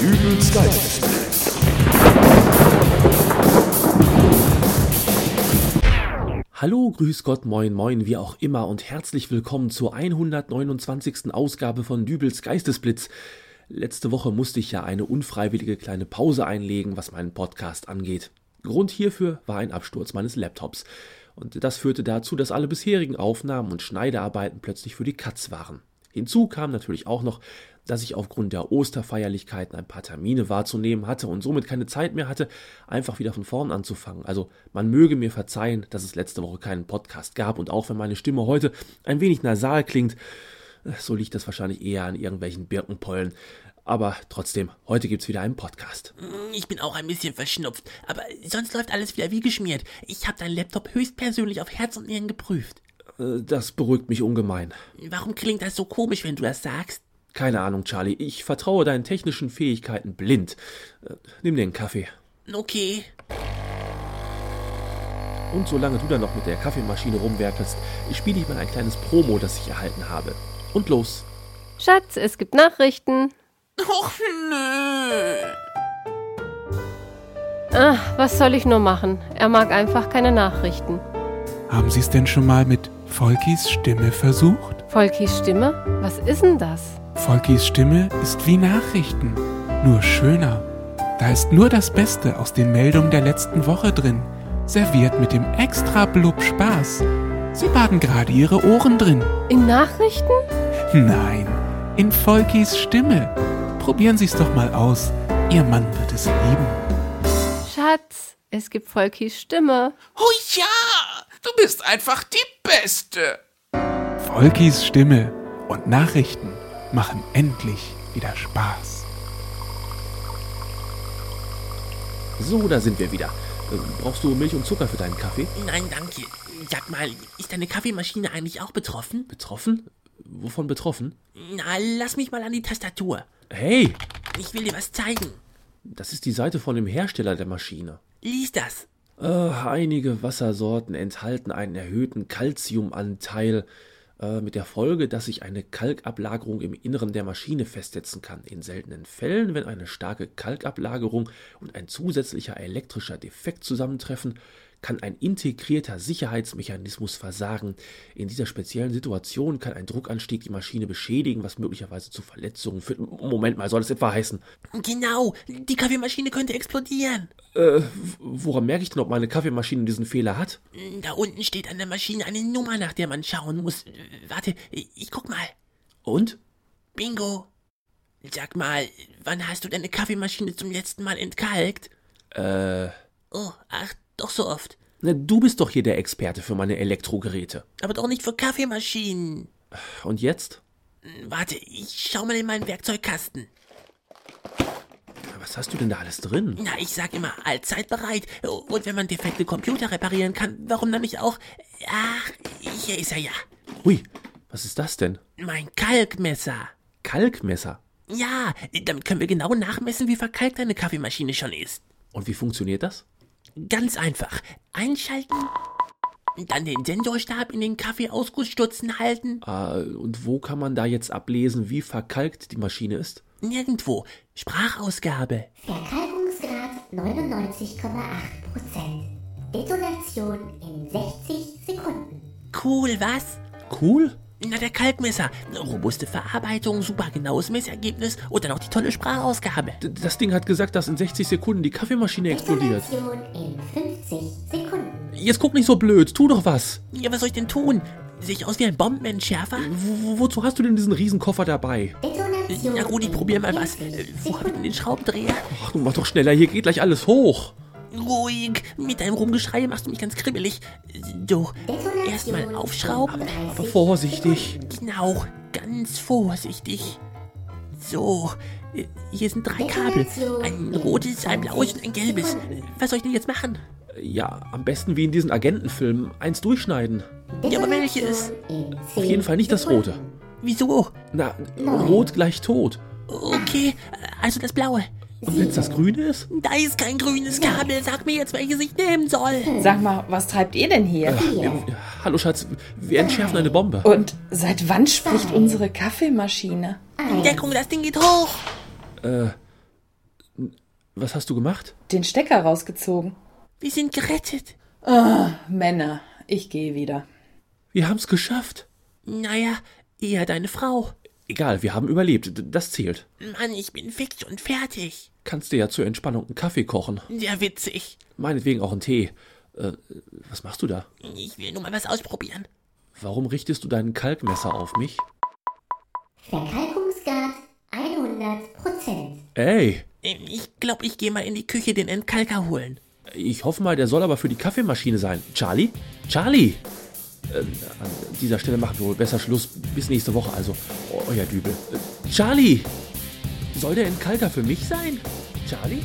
Dübels Geistesblitz. Hallo, grüß Gott, moin, moin, wie auch immer und herzlich willkommen zur 129. Ausgabe von Dübels Geistesblitz. Letzte Woche musste ich ja eine unfreiwillige kleine Pause einlegen, was meinen Podcast angeht. Grund hierfür war ein Absturz meines Laptops. Und das führte dazu, dass alle bisherigen Aufnahmen und Schneidearbeiten plötzlich für die Katz waren. Hinzu kam natürlich auch noch, dass ich aufgrund der Osterfeierlichkeiten ein paar Termine wahrzunehmen hatte und somit keine Zeit mehr hatte, einfach wieder von vorn anzufangen. Also man möge mir verzeihen, dass es letzte Woche keinen Podcast gab und auch wenn meine Stimme heute ein wenig nasal klingt, so liegt das wahrscheinlich eher an irgendwelchen Birkenpollen. Aber trotzdem, heute gibt's wieder einen Podcast. Ich bin auch ein bisschen verschnupft, aber sonst läuft alles wieder wie geschmiert. Ich habe deinen Laptop höchstpersönlich auf Herz und Nieren geprüft. Äh, Das beruhigt mich ungemein. Warum klingt das so komisch, wenn du das sagst? Keine Ahnung, Charlie, ich vertraue deinen technischen Fähigkeiten blind. Äh, Nimm den Kaffee. Okay. Und solange du dann noch mit der Kaffeemaschine rumwerkelst, spiele ich mal ein kleines Promo, das ich erhalten habe. Und los. Schatz, es gibt Nachrichten. Och nö. Ach, Ah, was soll ich nur machen? Er mag einfach keine Nachrichten. Haben Sie es denn schon mal mit Volkis Stimme versucht? Volkis Stimme? Was ist denn das? Volkis Stimme ist wie Nachrichten, nur schöner. Da ist nur das Beste aus den Meldungen der letzten Woche drin, serviert mit dem extra Blub Spaß. Sie baden gerade Ihre Ohren drin. In Nachrichten? Nein, in Volkis Stimme. Probieren Sie es doch mal aus. Ihr Mann wird es lieben. Schatz, es gibt Volkis Stimme. Oh ja, du bist einfach die Beste. Volkis Stimme und Nachrichten machen endlich wieder Spaß. So, da sind wir wieder. Äh, Brauchst du Milch und Zucker für deinen Kaffee? Nein, danke. Sag mal, ist deine Kaffeemaschine eigentlich auch betroffen? Betroffen? Wovon betroffen? Na, lass mich mal an die Tastatur. Hey, Ich will dir was zeigen. das ist die Seite von dem Hersteller der Maschine. Lies das. Äh, einige Wassersorten enthalten einen erhöhten Calciumanteil, äh, mit der Folge, dass sich eine Kalkablagerung im Inneren der Maschine festsetzen kann. In seltenen Fällen, wenn eine starke Kalkablagerung und ein zusätzlicher elektrischer Defekt zusammentreffen, kann ein integrierter Sicherheitsmechanismus versagen. In dieser speziellen Situation kann ein Druckanstieg die Maschine beschädigen, was möglicherweise zu Verletzungen führt. Moment mal, soll es etwa heißen? Genau, die Kaffeemaschine könnte explodieren. Äh, w- woran merke ich denn, ob meine Kaffeemaschine diesen Fehler hat? Da unten steht an der Maschine eine Nummer, nach der man schauen muss. Warte, ich guck mal. Und? Bingo. Sag mal, wann hast du deine Kaffeemaschine zum letzten Mal entkalkt? Äh, Oh, ach, doch so oft. na, du bist doch hier der Experte für meine Elektrogeräte. Aber doch nicht für Kaffeemaschinen. Und jetzt? Warte, ich schau mal in meinen Werkzeugkasten. Was hast du denn da alles drin? Na, ich sag immer, allzeit bereit. Und wenn man defekte Computer reparieren kann, warum dann nicht auch... Ach, hier ist er ja. Hui, was ist das denn? Mein Kalkmesser. Kalkmesser. Ja, damit können wir genau nachmessen, wie verkalkt deine Kaffeemaschine schon ist. Und wie funktioniert das? Ganz einfach. Einschalten. Dann den Sensorstab in den Kaffeeausgussstutzen halten. Äh, und wo kann man da jetzt ablesen, wie verkalkt die Maschine ist? Nirgendwo. Sprachausgabe. Verkalkungsgrad 99,8%. Detonation in 60 Sekunden. Cool, was? Cool? Na, der Kalkmesser. Robuste Verarbeitung, super genaues Messergebnis und dann auch die tolle Sprachausgabe. D das Ding hat gesagt, dass in 60 Sekunden die Kaffeemaschine explodiert. Detonation in 50 Sekunden. Jetzt guck nicht so blöd, tu doch was. Ja, was soll ich denn tun? Sehe ich aus wie ein Bombenentschärfer? W w- wozu hast du denn diesen Riesenkoffer dabei? Detonation. Na gut, ich in probier mal was. 40 Äh, Wo hab ich denn Sekunden. den Schraubendreher? Ach, nun mach doch schneller, hier geht gleich alles hoch. Ruhig. Mit deinem Rumgeschrei machst du mich ganz kribbelig. So, Detonation erstmal aufschrauben. in 30 Vorsichtig. Genau, ganz vorsichtig. So, äh, hier sind drei Kabel. Detonation Ein in rotes, ein blaues und ein gelbes. Sekunden. Was soll ich denn jetzt machen? Ja, am besten wie in diesen Agentenfilmen. Eins durchschneiden. Ja, aber welches? In 10 Auf jeden Fall nicht das rote. Wieso? Na, rot gleich tot. Okay, also das blaue. Und wenn es das grüne ist? Da ist kein grünes Kabel. Sag mir jetzt, welches ich nehmen soll. Sag mal, was treibt ihr denn hier? Hallo Schatz, wir entschärfen eine Bombe. Und seit wann spricht unsere Kaffeemaschine? Deckung, das Ding geht hoch. Was hast du gemacht? Den Stecker rausgezogen. Wir sind gerettet. Männer, ich gehe wieder. Wir haben's geschafft. Naja, eher deine Frau. Egal, wir haben überlebt. D- Das zählt. Mann, ich bin fix und fertig. Kannst dir ja zur Entspannung einen Kaffee kochen. Ja, witzig. Meinetwegen auch einen Tee. Äh, was machst du da? Ich will nur mal was ausprobieren. Warum richtest du deinen Kalkmesser auf mich? Verkalkungsgrad 100 Prozent. Ey, Ähm, Ich glaube, ich gehe mal in die Küche den Entkalker holen. ich hoffe mal, der soll aber für die Kaffeemaschine sein. Charlie? Charlie! Ähm, an dieser Stelle machen wir wohl besser Schluss. Bis nächste Woche also. Eu- Euer Dübel. Äh, Charlie! Soll der Entkalker für mich sein? Charlie?